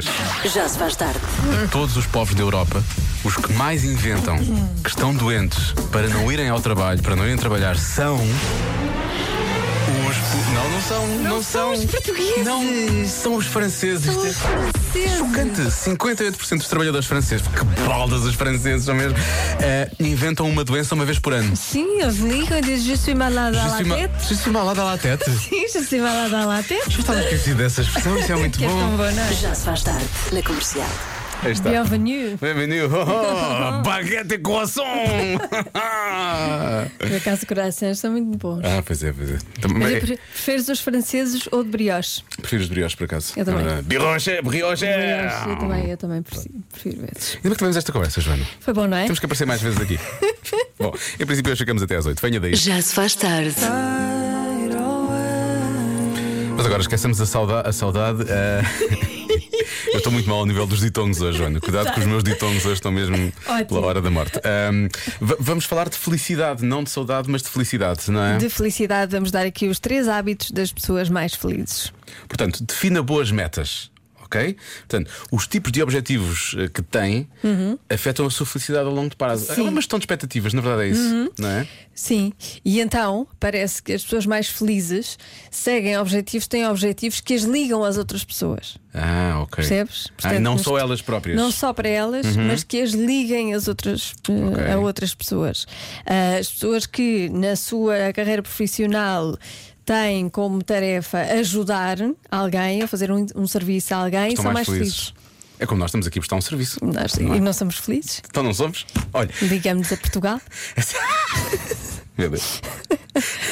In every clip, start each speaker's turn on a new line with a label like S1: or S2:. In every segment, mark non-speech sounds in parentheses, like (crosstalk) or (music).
S1: fantásticas.
S2: Já se faz tarde.
S1: Todos os povos da Europa, os que mais inventam, que estão doentes para não irem ao trabalho, para não irem trabalhar, são. os Não, não são. Não,
S3: são os portugueses.
S1: Não, são os franceses. Isto é-
S3: Francês.
S1: Chocante! 58% dos trabalhadores franceses, que baldas os franceses são mesmo, eh, inventam uma doença uma vez por ano.
S3: Sim, eles ligam e dizem Je suis malade à la
S1: Justima-
S3: tête. (laughs)
S1: Justima lá da latete.
S3: Sim, Je suis malade à la tête.
S1: Já estava esquecido dessa expressão, isso é muito
S3: (laughs) Que é tão
S1: bom.
S3: bom, não é?
S2: Já se faz tarde na comercial.
S1: Aí está.
S3: Bienvenue.
S1: Bienvenue. Oh, (laughs) baguete e
S3: (laughs)
S1: croissant! ah,
S3: Por acaso, corações são muito bons.
S1: pois é, pois é.
S3: Mas
S1: Também,
S3: eu pre- preferes os franceses ou de brioche?
S1: prefiro os brioches, por acaso.
S3: Eu também.
S1: Ah, brioche, brioche!
S3: Brioche, eu
S1: Ainda
S3: também, eu também prefiro, prefiro esses.
S1: bem que tivemos esta conversa, Joana.
S3: Foi bom, não é?
S1: Temos que aparecer mais vezes
S3: (laughs)
S1: aqui. Bom, em princípio, hoje chegamos até às 8. Venha daí.
S2: Já se faz tarde.
S1: Mas agora esquecemos a saudade. A saudade ah, (laughs) Eu estou muito mal ao nível dos ditongos hoje, Joana. Cuidado que os meus ditongos hoje estão mesmo
S3: Ótimo.
S1: pela hora da morte. Ahm, va- vamos falar de felicidade, não de saudade, mas de felicidade, não é?
S3: De felicidade, vamos dar aqui os três hábitos das pessoas mais felizes.
S1: Portanto, defina boas metas. Ok? Portanto, os tipos de objetivos eh, que tem
S3: Uhum.
S1: afetam a sua felicidade a longo prazo. É uma gestão de expectativas, na verdade é isso,
S3: Uhum.
S1: não é?
S3: Sim, e então parece que as pessoas mais felizes seguem objetivos, têm objetivos que as ligam às outras pessoas.
S1: Ah, ok.
S3: Percebes?
S1: ah, e
S3: Portanto,
S1: não
S3: mas-
S1: só elas próprias.
S3: Não só para elas, mas que as liguem às outras, eh,
S1: Uhum. Ok.
S3: a outras pessoas. Ah, As pessoas que na sua carreira profissional têm como tarefa ajudar alguém a fazer um, um serviço a alguém
S1: Estão
S3: são mais felizes.
S1: É como nós estamos aqui a prestar um serviço.
S3: Nós-
S1: não é?
S3: E não somos felizes?
S1: Então não somos? Olha.
S3: Ligamos a
S1: (laughs)
S3: Portugal?
S1: Meu Deus.
S3: (laughs)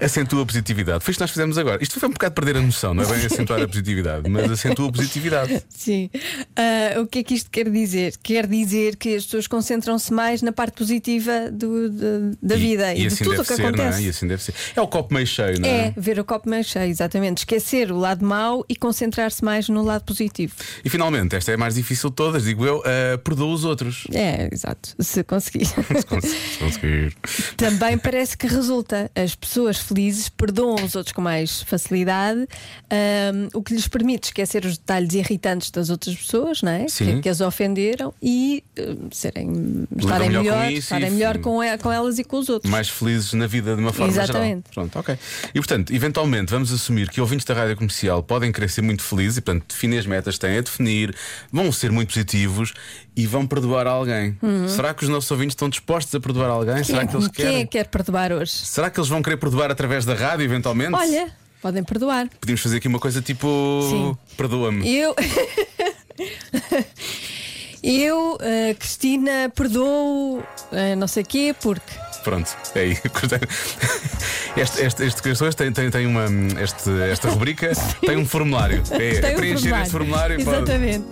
S1: Acentua a positividade. Foi isto que nós fizemos agora. Isto foi um bocado perder a noção, não é bem acentuar a positividade, mas acentua a positividade.
S3: Sim. Ah, o que é que isto quer dizer? Quer dizer que as pessoas concentram-se mais na parte positiva do- de- (laughs) da
S1: E-
S3: vida e,
S1: e
S3: de
S1: assim
S3: tudo
S1: deve
S3: o que
S1: ser, Não é? E
S3: acontece.
S1: assim deve ser. É o copo meio cheio, não é?
S3: É ver o copo meio cheio, exatamente. Esquecer o lado mau e concentrar-se mais no lado positivo.
S1: E finalmente, esta é a mais difícil de todas, digo eu, eh, perdoa os outros.
S3: É, exato. Se conseguir.
S1: Se cons- se conseguir.
S3: (laughs) Também parece que resulta. As pessoas felizes perdoam os outros com mais facilidade, ahm, o que lhes permite esquecer os detalhes irritantes das outras pessoas, não é?
S1: Sim.
S3: Que, que as ofenderam e ahm, serem, estarem
S1: melhor
S3: melhor,
S1: com isso e
S3: estarem
S1: f-
S3: melhor com, e- com elas e com os outros.
S1: Mais felizes na vida de uma forma geral.
S3: Exatamente.
S1: Pronto, ok. E portanto, eventualmente vamos assumir que ouvintes da rádio comercial podem querer ser muito felizes e, portanto, definir as metas que têm a definir, vão ser muito positivos e vão perdoar alguém. Será que os nossos ouvintes estão dispostos a perdoar alguém?
S3: Uhum. Quem,
S1: Será
S3: é-
S1: que eles
S3: quem
S1: querem?
S3: é que quer perdoar hoje?
S1: Será que eles vão querer perdoar através da rádio, eventualmente?
S3: Olha, podem perdoar.
S1: Podíamos fazer aqui uma coisa tipo: perdoa-me.
S3: Eu. (laughs) Eu, eh, Cristina, perdoo eh, não sei quê, porque.
S1: Pronto, é aí. (laughs) Este, este, este questões tem, tem, tem uma. Este, esta rubrica
S3: (laughs)
S1: tem um formulário. É,
S3: Tem um
S1: preencher este formulário. pode-
S3: Exatamente.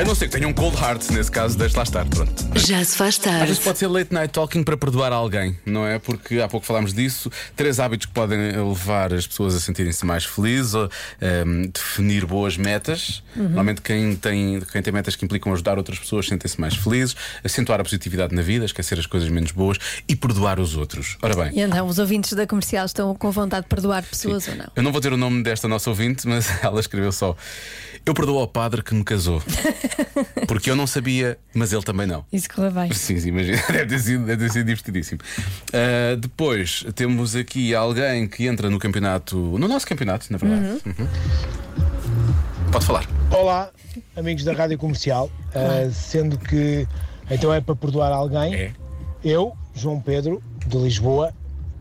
S1: a não ser que tenha um cold heart, nesse caso, deixe lá estar. Pronto.
S2: Já se faz
S1: Às
S2: tarde.
S1: vezes pode ser late night talking para perdoar alguém, não é? Porque há pouco falámos disso. Três hábitos que podem levar as pessoas a sentirem-se mais felizes, ou, ehm, definir boas metas.
S3: Uhum.
S1: Normalmente, quem tem, quem tem metas que implicam ajudar outras pessoas sentem-se mais felizes, acentuar a positividade na vida, esquecer as coisas menos boas e perdoar os outros. Ora bem.
S3: E então, os ouvintes da comercial estão com vontade de perdoar pessoas ou não?
S1: Eu não vou dizer o nome desta nossa ouvinte, mas (laughs) ela escreveu só: Eu perdoo ao padre que me casou. Porque eu não sabia, mas ele também não.
S3: Isso correu bem.
S1: Sim, sim, imagina. (laughs) Deve ter sido, deve ter sido divertidíssimo. Ah, depois temos aqui alguém que entra no campeonato, no nosso campeonato, na verdade. Uhum. Pode falar.
S4: Olá, amigos da Rádio Comercial. Ah, sendo que então é para perdoar alguém,
S1: É.
S4: eu, João Pedro, de Lisboa,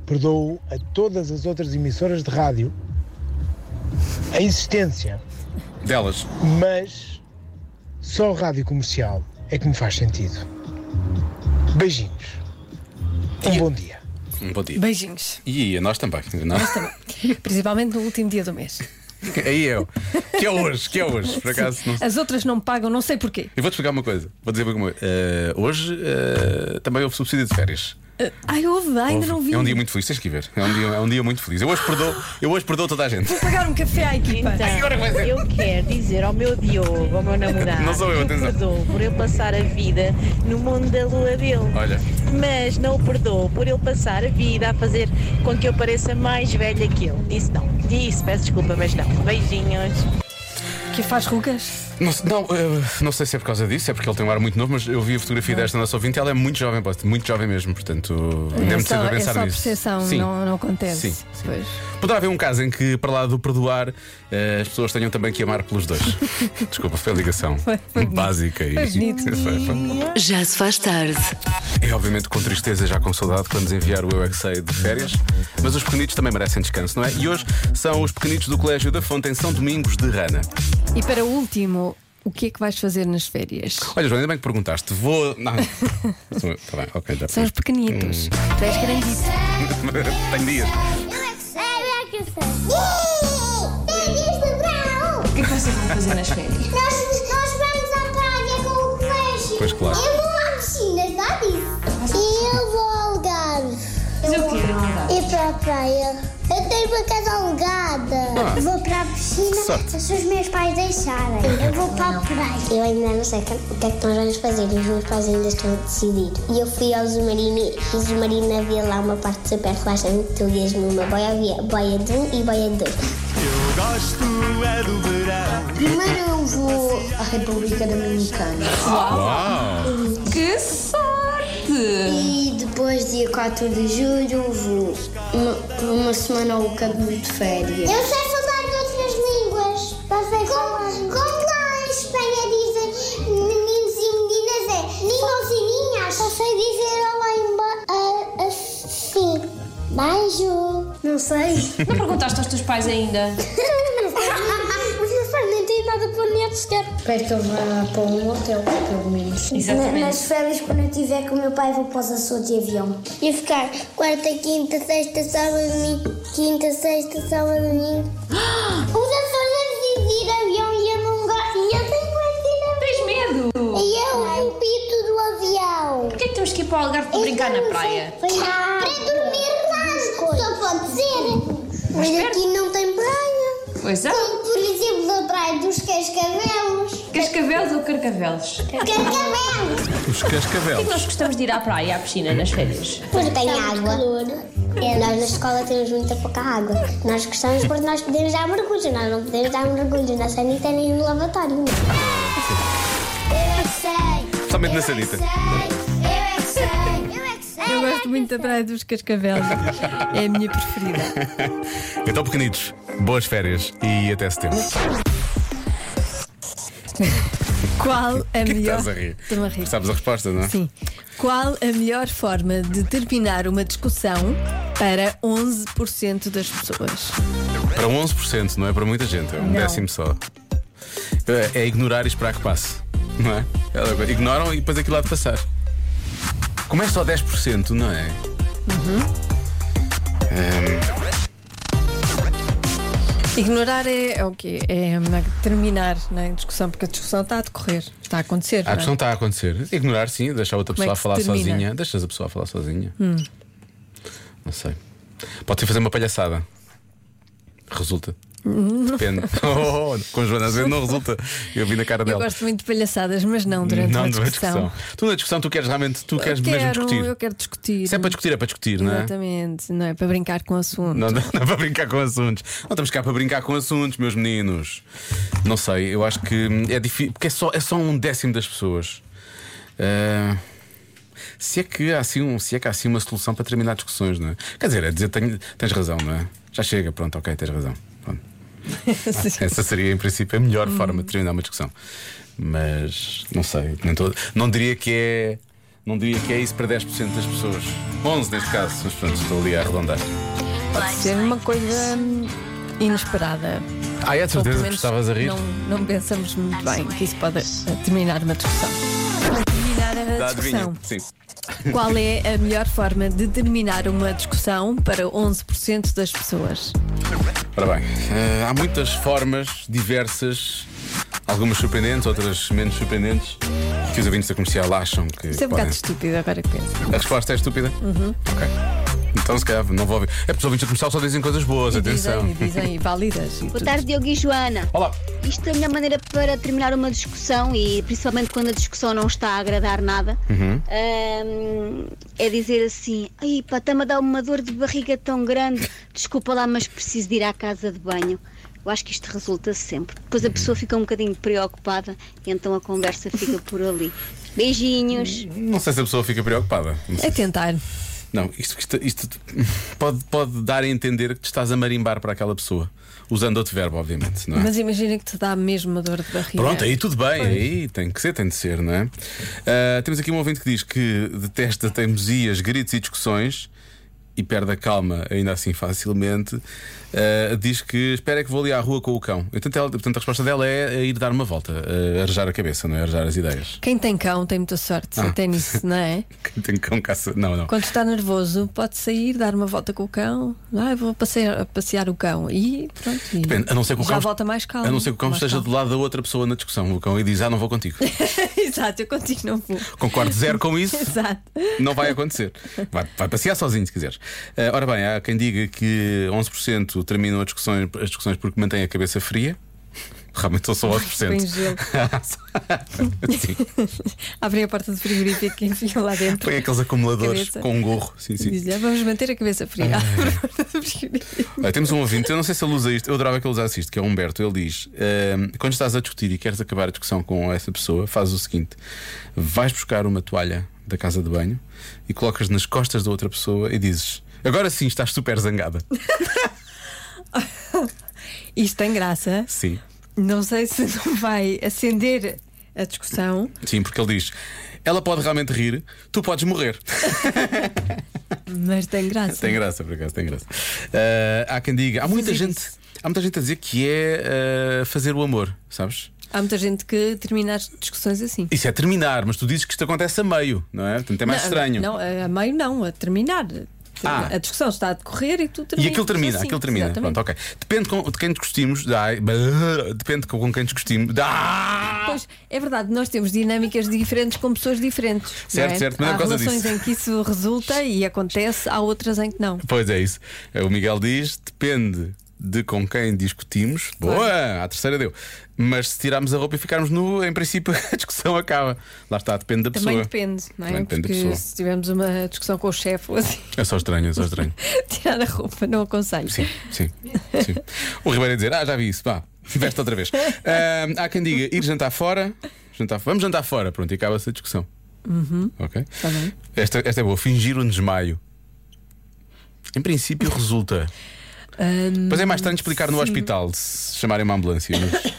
S4: perdoo a todas as outras emissoras de rádio a existência,
S1: Delas.
S4: mas só a Rádio Comercial é que me faz sentido. Beijinhos. Um bom dia.
S1: Um bom dia.
S3: Beijinhos.
S1: E a nós também. Não? é? (laughs)
S3: Principalmente no último dia do mês.
S1: Aí eu. Que é hoje, que é hoje. Por acaso, não
S3: As outras não pagam, não sei porquê.
S1: Eu vou-te explicar uma coisa. Vou dizer uma coisa. Eh, hoje eh, também houve subsídio de férias.
S3: Ah, Ai, houve, ainda não vi.
S1: É um dia muito feliz, tens que ir ver. É um dia, é um dia muito feliz. Eu hoje perdoo, eu hoje perdoo toda a gente.
S3: Vou pagar um café à equipa.
S5: Então, eu quero dizer ao meu Diogo, ao meu namorado,
S1: Não sou eu,
S5: que o
S1: atenção.
S5: perdoo por ele passar a vida no mundo da lua dele.
S1: Olha.
S5: Mas não o perdoo por ele passar a vida a fazer com que eu pareça mais velha que ele. Disse não. Disse, peço desculpa, mas não. Beijinhos.
S3: Que faz rugas?
S1: Não, se- não, eh, não sei se é por causa disso, é porque ele tem um ar muito novo, mas eu vi a fotografia desta nossa ouvinte e ela é muito jovem, pode- muito jovem mesmo, portanto, ainda é muito cedo
S3: só,
S1: a
S3: é
S1: pensar
S3: só
S1: nisso.
S3: percepção,
S1: Sim.
S3: não, não acontece.
S1: Sim, sim.
S3: Pois.
S1: Poderá haver um caso em que, para lá do perdoar, eh, as pessoas tenham também que amar pelos
S3: (laughs)
S1: dois. Desculpa, foi a ligação
S3: Foi, foi bonito.
S1: básica e.
S3: Foi bonito.
S1: Foi, foi.
S2: Já se faz tarde.
S1: É obviamente com tristeza e já com saudade quando nos enviar o Eu é Que Sei de férias, mas os pequenitos também merecem descanso, não é? E hoje são os pequenitos do Colégio da Fonte em São Domingos de Rana.
S3: E para o último, o que é que vais fazer nas férias?
S1: Olha, João, ainda bem que perguntaste. Vou.
S3: (laughs)
S1: Não. Está bem, ok, já
S3: São os
S1: fiz. Hum.
S3: pequenitos. Tu és grandito.
S1: Tenho dias.
S6: O que é que vocês vão fazer nas férias? Nós, nós vamos à praia com o colégio.
S1: Pois claro.
S6: Eu vou à piscina, já disse. E eu vou ao Algarve. Fazer o quê? Ir para a praia. Eu tenho uma casa alugada.
S1: Ah.
S6: Vou para a piscina
S1: sorte.
S6: se os meus pais deixarem. Eu vou para a praia. Eu ainda não sei o que é que nós vamos fazer. Os meus pais ainda estão a decidir. E eu fui ao Zumarino e no Zumarino havia lá uma parte super relaxante. Tu ias numa boia, havia boia de um e boia de dois.
S7: Eu gosto é do verão.
S6: Primeiro eu vou à República Dominicana.
S1: Uau!
S8: Que sorte!
S6: E depois, dia 4 de julho, um vou uma, por uma semana ao campo de férias. Eu sei falar outras línguas. Como, como lá em Espanha dizem meninos e meninas, é meninos e meninas. Só sei dizer olá em assim. Beijo. Não sei.
S8: Não perguntaste aos teus pais ainda?
S6: (laughs) Os meus pais nem têm nada planeado sequer. Espero que eu vá para um hotel, pelo menos.
S8: Exatamente.
S6: Nas férias, quando eu estiver com o meu pai, vou para os Açores de avião. E ficar quarta, quinta, sexta, sábado, domingo. Quinta, sexta, sábado, (gasps) domingo. Os Açores é preciso ir de avião e eu não gosto. E eu tenho mais de ir de avião.
S8: Tens medo? O
S6: E eu pito do avião.
S8: que é que temos
S3: Tipo,
S8: que ir para o Algarve para brincar na praia?
S6: Para dormir lá, só pode ser. Mas aqui não tem praia.
S8: Pois é.
S6: Como, por exemplo, a praia dos cascavelos.
S8: Cascavelos ou carcavelos? O
S6: Cascavelos!
S1: Os
S8: que é que
S1: cascavelos.
S8: nós gostamos de ir à praia, à piscina, nas férias?
S6: Porque tem água. É, Nós na escola temos muita pouca água. Nós gostamos porque nós podemos dar mergulho. Nós não podemos dar mergulho na sanita nem no lavatório. é?
S1: Somente na sanita. (laughs)
S3: Eu gosto muito da Praia dos Cascavelos. É a minha preferida.
S1: Então, pequenitos, boas férias e até
S3: É
S1: setembro.
S3: Qual a
S1: é que
S3: melhor.
S1: estás a rir?
S3: Estou-me a rir.
S1: Sabes a resposta, não é?
S3: Sim. Qual a melhor forma de terminar uma discussão para 11% das pessoas?
S1: Para 11%, não é para muita gente, é um
S3: Não.
S1: décimo só. É, é ignorar e esperar que passe, não é? É, Ignoram e depois aquilo lá de passar. Como é só 10%, não é?
S3: Ignorar é, é o quê? É hum, terminar né, a discussão, porque a discussão está a decorrer, está a acontecer.
S1: A
S3: não é?
S1: questão está a acontecer. Ignorar, sim, deixar outra
S3: Como é
S1: pessoa
S3: que se
S1: falar
S3: termina? Hum.
S1: sozinha. Deixas a pessoa falar sozinha. Não sei. Pode ser fazer uma palhaçada. Resulta.
S3: (laughs)
S1: Depende. Oh, com Joana, às vezes não resulta. Eu vi na cara
S3: Eu
S1: dela.
S3: gosto muito de palhaçadas, mas não durante
S1: não
S3: uma
S1: durante a
S3: discussão.
S1: Tu na discussão, tu queres realmente, tu queres
S3: eu
S1: mesmo
S3: quero,
S1: discutir.
S3: eu quero discutir.
S1: Se é para discutir, é para discutir, não é?
S3: Exatamente, não é para brincar com o assunto.
S1: Não, (laughs) não, não é para brincar com assuntos. Não estamos cá para brincar com assuntos, meus meninos. Não sei, eu acho que hum, é difícil, porque é só, é só um décimo das pessoas. Ah, se, é que há assim um, se é que há assim uma solução para terminar discussões, não é? Quer dizer, é dizer, tenho- tens razão, não é? Já chega, pronto, ok, tens razão. Pronto.
S3: Sim.
S1: Essa seria, em princípio, a melhor forma de terminar uma discussão. Mas não sei, nem todo- não diria que é. Não diria que é isso para 10% das pessoas. 11 neste caso, mas pronto, estou ali a arredondar.
S3: Pode ser uma coisa hum, inesperada.
S1: Ah, é de certeza
S3: Ou pelo
S1: que
S3: menos
S1: estavas a rir.
S3: Não, não pensamos muito bem que isso pode eh, terminar uma discussão. Para terminar a
S1: Dá adivinha.
S3: discussão.
S1: Sim.
S3: Qual é a melhor forma de terminar uma discussão para 11% das pessoas?
S1: Ora bem, eh, há muitas formas diversas, algumas surpreendentes, outras menos surpreendentes, que os ouvintes da comercial acham que.
S3: Isso é um
S1: podem-
S3: bocado estúpido agora que penso.
S1: A resposta é estúpida? Uhum. Ok. Então, se calhar, não vou ouvir. É porque os ouvintes da comercial só dizem coisas boas,
S3: E
S1: atenção.
S3: dizem, e dizem, e válidas. e
S9: Boa
S3: tudo.
S9: tarde, Diogo e Joana.
S1: Olá.
S9: Isto é a melhor maneira para terminar uma discussão e principalmente quando a discussão não está a agradar nada. ahm, é dizer assim: ai pá, está-me a dar uma dor de barriga tão grande, desculpa lá, mas preciso de ir à casa de banho. Eu acho que isto resulta sempre. Depois a pessoa fica um bocadinho preocupada e então a conversa fica por ali. Beijinhos.
S1: Não sei se a pessoa fica preocupada. Não, sei
S3: É
S1: se-
S3: tentar.
S1: não isto, isto- isto pode, pode dar a entender que te estás a marimbar para aquela pessoa, usando outro verbo, obviamente, não é?
S3: Mas imagina que te dá mesmo uma dor de barriga.
S1: Pronto, aí tudo bem, aí tem que ser, tem de ser, não é? Ah, temos aqui um ouvinte que diz que detesta teimosias, gritos e discussões e perde a calma ainda assim facilmente. Ah, diz que espera que vou ali à rua com o cão. Portanto, ela- portanto, a resposta dela é ir dar uma volta, ah, arejar a cabeça, não é? Arejar as
S3: (laughs)
S1: ideias.
S3: Quem tem cão tem muita sorte,
S1: Ah.
S3: até nisso, não é?
S1: Quem tem cão caça. Não, não.
S3: Quando está nervoso, pode sair, dar uma volta com o cão. Ah, eu vou passear, passear o cão. E pronto. e
S1: Depende, a não ser que o
S3: já
S1: cão,
S3: volta mais calmo.
S1: a não ser que o cão
S3: mais
S1: esteja do lado da outra pessoa na discussão. O cão e diz: Ah, não vou
S3: (laughs)
S1: contigo.
S3: calmo. Exato,
S1: (laughs)
S3: eu continuo.
S1: Concordo zero com isso.
S3: Exato.
S1: Não vai acontecer. Vai, vai passear sozinho se quiseres. Eh, ora bem, há quem diga que 11% terminam as discussões, as discussões porque mantêm a cabeça fria. Realmente são só 11%.
S3: Põe gelo.
S1: (laughs) sim,
S3: Abre a porta do frigorífico e enfia lá dentro.
S1: põe aqueles acumuladores
S3: Cabeça.
S1: com um gorro. Sim,
S3: E
S1: sim.
S3: diz-lhe, "Ah, vamos manter a cabeça fria.
S1: Ah.
S3: Abre a porta do frigorífico.
S1: Olha, temos um ouvinte, eu não sei se ele usa isto, eu adorava que ele usasse isto, que é o Humberto. Ele diz: ehm, quando estás a discutir e queres acabar a discussão com essa pessoa, faz o seguinte: vais buscar uma toalha da casa de banho e colocas nas costas da outra pessoa e dizes: agora sim estás super zangada.
S3: Isto tem graça.
S1: Sim.
S3: Não sei se (laughs) não vai acender a discussão.
S1: Sim, porque ele diz: ela pode realmente rir, tu podes morrer.
S3: Mas tem graça.
S1: (laughs) tem graça, por acaso, tem graça. Ah, há quem diga: há muita
S3: Fazer
S1: gente. Há muita gente a dizer que é ah, fazer o amor, sabes?
S3: Há muita gente que termina as discussões assim.
S1: Isso é terminar, mas tu dizes que isto acontece a meio, não é? Portanto, é mais
S3: Não,
S1: estranho.
S3: Não, a a meio não, a terminar.
S1: Ah.
S3: A discussão está a decorrer e tu
S1: E
S3: terminas.
S1: aquilo termina,
S3: assim.
S1: aquilo termina.
S3: Exatamente.
S1: Pronto, ok. Depende com, de quem discutimos. Da, depende com, com quem discutimos. Da,
S3: Pois, é verdade, nós temos dinâmicas diferentes com pessoas diferentes. não
S1: Certo,
S3: é?
S1: certo, mas
S3: há
S1: é por causa
S3: relações
S1: disso.
S3: em que isso resulta e acontece, há outras em que não.
S1: Pois é isso. O Miguel diz: depende de com quem discutimos. Boa! A terceira deu. Mas se tirarmos a roupa e ficarmos nu, em princípio (laughs) a discussão acaba. Lá está, depende da pessoa.
S3: Também depende, não é?
S1: Também depende da
S3: Porque
S1: pessoa.
S3: se tivermos uma discussão com o chefe ou assim, (laughs)
S1: É só estranho, é só estranho.
S3: tirar a roupa, não aconselho.
S1: Sim, sim, sim. O Ribeiro a dizer: Ah, já vi isso, vá, veste outra vez. Ahm, há quem diga: ir jantar fora, jantar, vamos jantar fora, pronto, e acaba-se a discussão.
S3: Uhum.
S1: Ok?
S3: Tá bem.
S1: Esta, esta é boa, fingir um desmaio. Em princípio resulta.
S3: Ahm,
S1: Pois é mais estranho explicar no hospital se chamarem uma ambulância, mas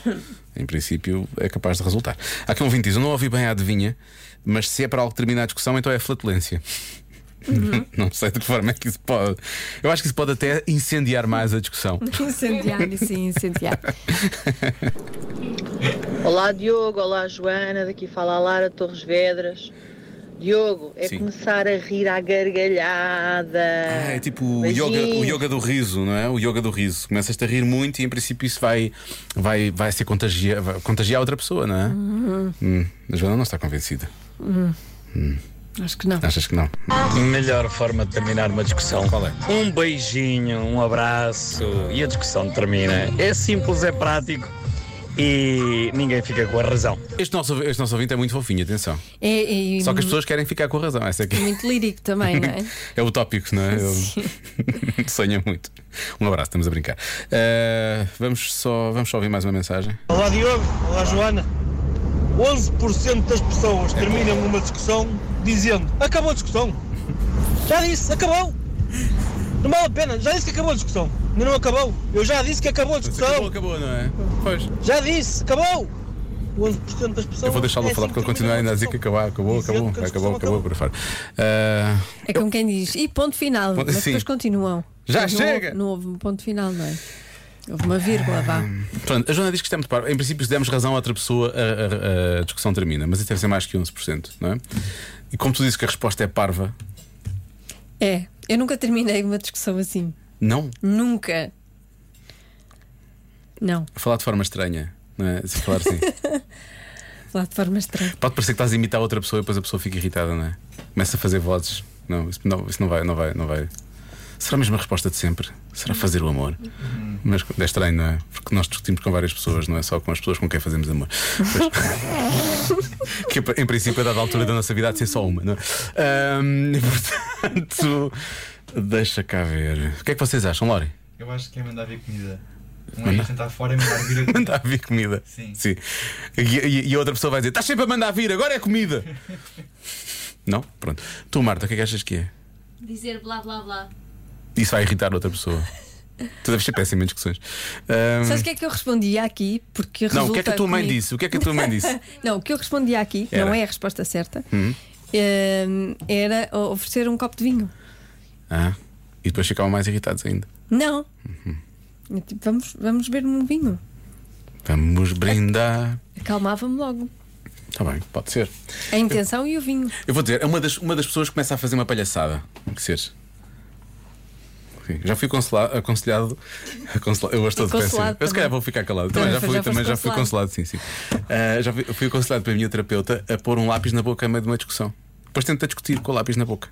S1: em princípio é capaz de resultar. Há aqui um ouvinte que diz: Eu não ouvi bem a adivinha, mas se é para algo que termina a discussão, então é flatulência. (laughs) Não sei de que forma é que isso pode. Eu acho que isso pode até incendiar mais a discussão.
S3: incendiar, sim, incendiar.
S1: (laughs)
S5: Olá Diogo, olá Joana, daqui fala a Lara Torres Vedras. Diogo, é
S1: Sim.
S5: começar a rir à gargalhada.
S1: Ah, é tipo o yoga, o yoga do riso, não é? O yoga do riso. Começas-te a rir muito e em princípio isso vai, vai, vai ser contagiar, vai contagiar outra pessoa, não é? Hum, a Joana não está convencida.
S3: Acho que não.
S1: Achas que não?
S10: Melhor forma de terminar uma discussão.
S1: Qual é?
S10: Um beijinho, um abraço e a discussão termina. É simples, é prático e ninguém fica com a razão.
S1: Este nosso, este nosso ouvinte é muito fofinho, atenção.
S3: É, e
S1: Só que as pessoas querem ficar com a razão. Essa aqui
S3: muito lírico também, não é?
S1: é utópico, não é? Ele (laughs) sonha muito. Um abraço, estamos a brincar. Ah, vamos, só, vamos só ouvir mais uma mensagem.
S11: Olá Diogo, olá Joana. 11% das pessoas terminam
S1: É.
S11: uma discussão dizendo acabou a discussão. Já disse, acabou. Não vale a pena, já disse que acabou a discussão. Ainda não acabou. Eu já disse que acabou a
S1: Acabou,
S11: discussão.
S1: acabou, não é? Pois.
S11: Já disse, acabou. 11% das pessoas.
S1: Eu vou deixá-lo
S11: é
S1: falar
S11: assim
S1: porque ele
S11: que
S1: continua ainda a dizer que
S11: terminam
S1: acabou, acabou,
S11: Dizendo
S1: acabou,
S11: que a
S1: acabou,
S11: discussão
S1: acabou, por fora. Ah,
S3: É como quem diz, e ponto final,
S1: Ponto-
S3: mas
S1: sim.
S3: depois continuam.
S1: Já
S3: Mas não
S1: chega!
S3: houve- Não houve, um ponto final, não é? Houve uma vírgula, vá.
S1: Pronto, a Joana diz que isto é muito parvo. Em princípio, se demos razão a outra pessoa, a, a- a discussão termina, mas isso deve ser mais que 11%, não é? E como tu dizes que a resposta é parva,
S3: É, eu nunca terminei uma discussão assim.
S1: não.
S3: Nunca. Não,
S1: Falar de forma estranha, não é? Se falar assim.
S3: falar de forma estranha.
S1: Pode parecer que estás a imitar outra pessoa e depois a pessoa fica irritada, não é? Começa a fazer vozes. Não, isso não, isso não vai, não vai, não vai. Será a mesma resposta de sempre? Será fazer o amor? Mas é estranho, não é? Porque nós discutimos com várias pessoas, não é só com as pessoas com quem fazemos amor. Pois. que em princípio, a dada altura da nossa vida, há de ser só uma, não é? Ahm, (laughs) portanto, deixa cá ver. O que é que vocês acham, Lori?
S7: Eu acho que é mandar vir comida.
S12: Um é jantar fora e mandar vir a
S1: (laughs)
S12: comida.
S1: mandar vir comida. Sim. E, e- e a outra pessoa vai dizer: estás sempre a mandar vir, agora é comida. Não? Pronto. Tu, Marta, o que é que achas que é?
S8: Dizer blá blá blá.
S1: Isso vai irritar outra pessoa. Tu deves ser péssima em discussões. Ahm,
S3: Sabes o que é que eu respondia aqui? Porque
S1: Hum. Não, o que é que
S3: resulta
S1: a tua mãe
S3: comigo-
S1: disse? O que é que a tua mãe disse?
S3: não, o que eu respondia aqui, não
S1: Era.
S3: é a resposta certa,
S1: hum,
S3: hum, era o- oferecer um copo de vinho.
S1: ah, e depois ficavam mais irritados ainda.
S3: Não.
S1: Uhum.
S3: Eu, tipo, vamos, vamos beber um vinho.
S1: Vamos brindar.
S3: Acalmava-me logo.
S1: Está bem, pode ser.
S3: A intenção e o vinho.
S1: Eu vou dizer, é uma das, uma das pessoas que começa a fazer uma palhaçada. Tem que ser. Sim, Já fui consola- aconselhado. (laughs) aconselhado eu gosto
S13: E
S1: de péssimo.
S13: consolado
S1: Eu se calhar
S13: também.
S1: vou ficar calado. Também
S13: Também
S1: já
S13: foi-
S1: fui,
S13: já foste
S1: também já fui
S13: consolado.
S1: consolado, sim, sim. Ah, já fui, fui aconselhado pela minha terapeuta a pôr um lápis na boca a meio de uma discussão. Depois tenta discutir com o lápis na boca.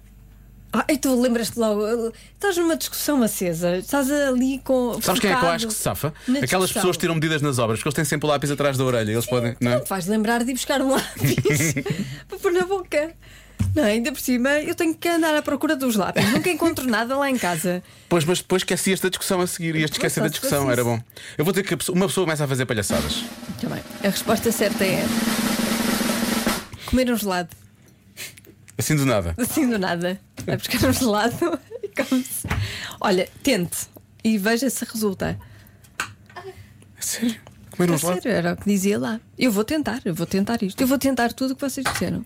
S3: Ah, e tu lembras-te logo, estás numa discussão acesa, estás ali com.
S1: Sabes quem é que eu
S3: focado
S1: acho que se safa? Aquelas
S3: na discussão.
S1: pessoas que tiram medidas nas obras, porque eles têm sempre o lápis atrás da orelha. Eles podem. Não é?
S3: Não te vais lembrar de ir buscar um
S1: (laughs)
S3: lápis para pôr na boca. Não, ainda por cima, eu tenho que andar à procura dos lápis. Nunca encontro nada lá em casa.
S1: Pois, mas depois esquecias da discussão a seguir. Ias-te esquecer da
S3: Pois, só se fosse
S1: discussão, era bom. Eu vou dizer que a pessoa- uma pessoa começa a fazer palhaçadas.
S3: Muito Tá bem. A resposta certa é. Comer um gelado,
S1: Assim do nada.
S3: assim do nada. Vai buscar um gelado (laughs) e come-se. Olha, tente e veja se resulta.
S1: Sério? Comer um
S3: A
S1: gelado?
S3: sério, era o que dizia lá. Eu vou tentar, eu vou tentar isto. Eu vou tentar tudo o que vocês disseram.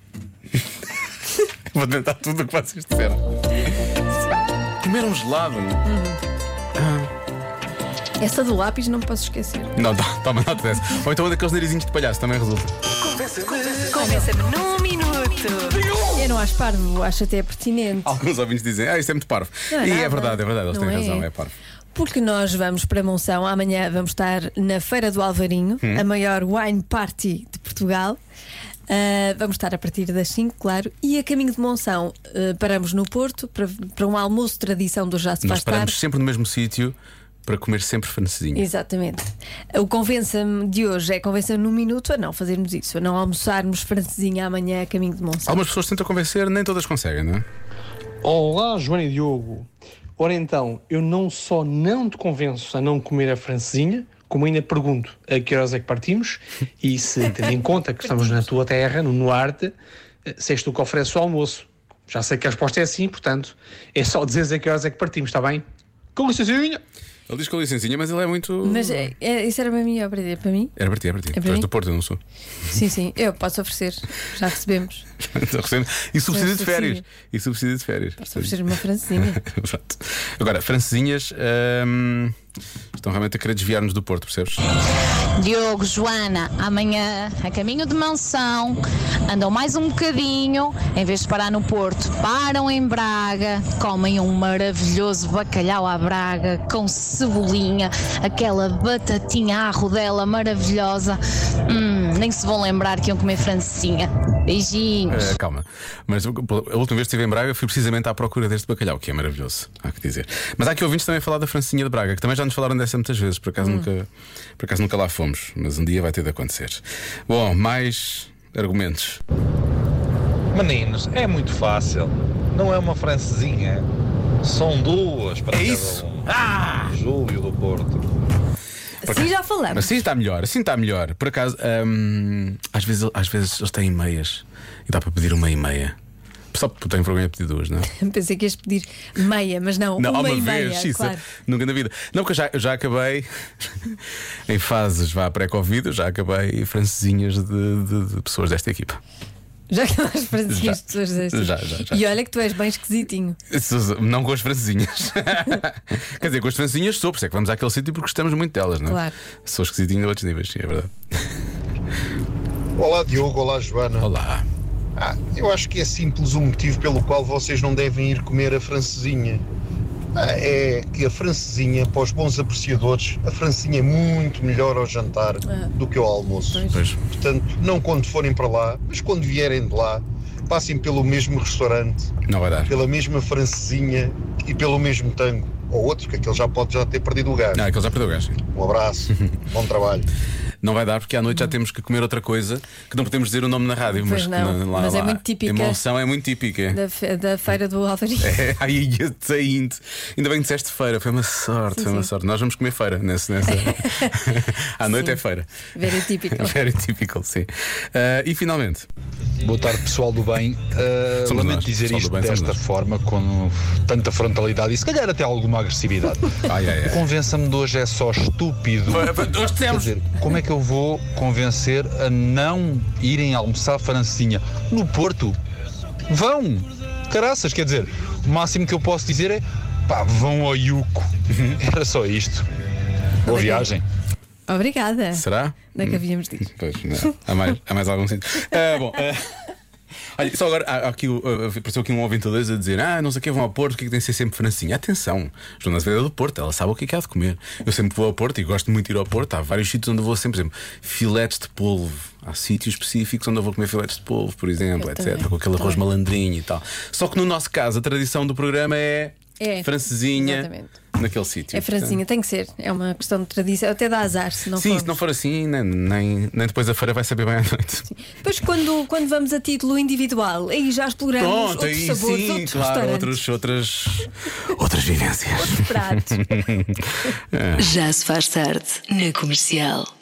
S1: Vou tentar tudo o que vocês disseram. Comer um gelado.
S3: Essa do lápis não me posso esquecer.
S1: Não, to- toma nota dessa. Ou então um daqueles narizinhos de palhaço também resulta.
S3: Convença-me num minuto. Eu não acho parvo, acho até pertinente.
S1: Alguns ouvintes dizem, ah, isto é muito parvo.
S3: Não é
S1: e
S3: nada.
S1: é verdade, é verdade, eles
S3: Não
S1: têm
S3: é.
S1: razão, é parvo.
S3: Porque nós vamos para Monção, amanhã vamos estar na Feira do Alvarinho,
S1: Hum.
S3: a maior wine party de Portugal. Ah, vamos estar a partir das 5, claro. E a caminho de Monção, ah, paramos no Porto para, para um almoço de tradição do Já Se
S1: Nós
S3: Faz
S1: paramos
S3: Tarde.
S1: sempre no mesmo sítio para comer sempre francesinha.
S3: Exatamente. O convença-me de hoje é convença-me num minuto a não fazermos isso, a não almoçarmos francesinha amanhã a caminho de Monção.
S1: Algumas pessoas tentam convencer, nem todas conseguem, não é?
S14: Olá, Joana e Diogo. Ora então, eu não só não te convenço a não comer a francesinha, como ainda pergunto a que horas é que partimos e se, tendo em conta que estamos na tua terra, no Norte, eh, se és tu que ofereces o almoço. Já sei que a resposta é sim, portanto, é só dizeres a que horas é que partimos, está bem? Com licencinha!
S1: Ele diz com licencinha, mas ele é muito.
S3: Mas é, é- isso era para mim, para mim. Para mim?
S1: Era para ti, era para ti.
S3: É para
S1: tu és
S3: mim?
S1: do Porto, eu não sou. (laughs)
S3: Sim, sim, eu posso oferecer. Já recebemos.
S1: Estou recebendo- e subsídio de
S3: subsídio.
S1: férias. E subsídio de férias.
S3: Oferecer uma francesinha.
S1: (laughs) Exato. Agora, francesinhas hum, estão realmente a querer desviar-nos do Porto, percebes?
S15: Diogo, Joana, amanhã a caminho de Mansão, andam mais um bocadinho, em vez de parar no Porto, param em Braga, comem um maravilhoso bacalhau à Braga com cebolinha, aquela batatinha à rodela maravilhosa. Hum, nem se vão lembrar que iam comer francesinha. Beijinhos.
S1: Eh, calma. Mas eu- a última vez que estive em Braga fui precisamente à procura deste bacalhau, que é maravilhoso, há que dizer. Mas há aqui ouvintes também a falar da Francinha de Braga, que também já nos falaram dessa muitas vezes, por acaso, nunca, por acaso nunca lá fomos, mas um dia vai ter de acontecer. Bom, mais argumentos.
S16: Meninos, é muito fácil. Não é uma francesinha. São duas para é isso? Ah! Júlio do Porto.
S3: Assim já falamos.
S1: Assim está melhor, assim está melhor. Por acaso, hum, às, vezes, às vezes eles têm meias e dá para pedir uma e meia. Só porque tenho vergonha de pedir duas, não é?
S3: (laughs) Pensei que ias pedir meia, mas não,
S1: Não, há
S3: uma,
S1: uma
S3: e
S1: vez,
S3: meia,
S1: sim,
S3: claro.
S1: nunca na vida. Não, porque eu já, eu já acabei (laughs) em fases vá pré-Covid, eu já acabei francesinhas de, de- de pessoas desta equipa.
S3: Já que nós francesinhas
S1: Já,
S3: de pessoas destas.
S1: já, já, já.
S3: E olha que tu és bem esquisitinho.
S1: Não com as francesinhas. (laughs) Quer dizer, com as francesinhas sou, por isso é que vamos àquele sítio porque gostamos muito delas, não é?
S3: Claro.
S1: Sou esquisitinho de outros níveis, sim, é verdade.
S17: Olá Diogo, olá Joana.
S1: Olá.
S17: Ah, eu acho que é simples o motivo pelo qual vocês não devem ir comer a francesinha. Ah, é que a francesinha, para os bons apreciadores, a francesinha é muito melhor ao jantar do que ao almoço. Portanto, não quando forem para lá, mas quando vierem de lá, passem pelo mesmo restaurante,
S1: Não vai dar.
S17: pela mesma francesinha e pelo mesmo tango.
S1: Ah. é
S17: Ou outro, que aquele já pode já ter perdido o gás.
S1: (laughs) Não, aquele já perdeu o gás.
S17: Um abraço, bom trabalho.
S1: Não vai dar porque à noite já temos que comer outra coisa que não podemos dizer o nome na rádio. mas
S3: Pois não,
S1: que lá-
S3: mas é
S1: lá-
S3: muito típica.
S1: A emoção é muito típica.
S3: Da, fe- da feira do Alvarinho.
S1: (laughs) É, ai, eu te ainda. Ainda bem que disseste feira, foi uma sorte,
S3: Sim,
S1: foi uma
S3: sim.
S1: sorte. Nós vamos comer feira nesse,
S3: (laughs)
S1: nessa. à noite é feira.
S3: Very
S1: (laughs)
S3: typical.
S1: Very typical, sim. Ah, e finalmente.
S13: Boa tarde, pessoal do bem. Uh,
S1: Somos
S13: lamento
S1: nós,
S13: dizer
S1: pessoal
S13: isto
S1: do bem, somos
S13: desta forma, com tanta frontalidade e se calhar até alguma
S1: (laughs)
S13: agressividade. O Convença-me de hoje é só estúpido.
S1: Nós temos.
S13: Quer dizer, como é que eu vou convencer a não irem almoçar francesinha no Porto? Vão! Caraças, quer dizer, o máximo que eu posso dizer é pá, vão ao Iuco. Era só isto. Boa viagem.
S1: É.
S3: Obrigada.
S1: Será?
S3: Não é que havíamos dito.
S1: Pois,
S3: (laughs)
S1: não. Há mais, há mais algum sentido. Ah, bom. ah, (laughs) Olha, só agora há há aqui, o- ah, apareceu aqui um ouvinte ou dois a dizer: Ah, não sei o que vão ao Porto, o que é que tem de ser sempre francinha? Atenção, Joana Azevedo é do Porto, ela sabe o que é que há de comer. Eu sempre vou ao Porto e gosto muito de ir ao Porto. Há vários sítios onde eu vou sempre, por exemplo, filetes de polvo. Há sítios específicos onde eu vou comer filetes de polvo, por exemplo,
S3: Eu
S1: etc.
S3: também,
S1: Com aquele arroz malandrinho e tal. Só que no nosso caso, a tradição do programa é,
S3: É,
S1: francesinha
S3: exatamente.
S1: naquele sítio.
S3: É franzinha, tem que ser. É uma questão de tradição. Até dá azar se não
S1: Sim,
S3: for.
S1: se não for assim, nem, nem, nem depois a feira vai saber bem à noite.
S3: Depois, quando, quando vamos a título individual, aí já exploramos
S1: Pronto,
S3: outros
S1: aí
S3: sabores,
S1: sim,
S3: outros
S1: claro, outros,
S3: restaurantes,
S1: outras, outras vivências.
S3: pratos.
S1: É.
S2: Já se faz tarde na comercial.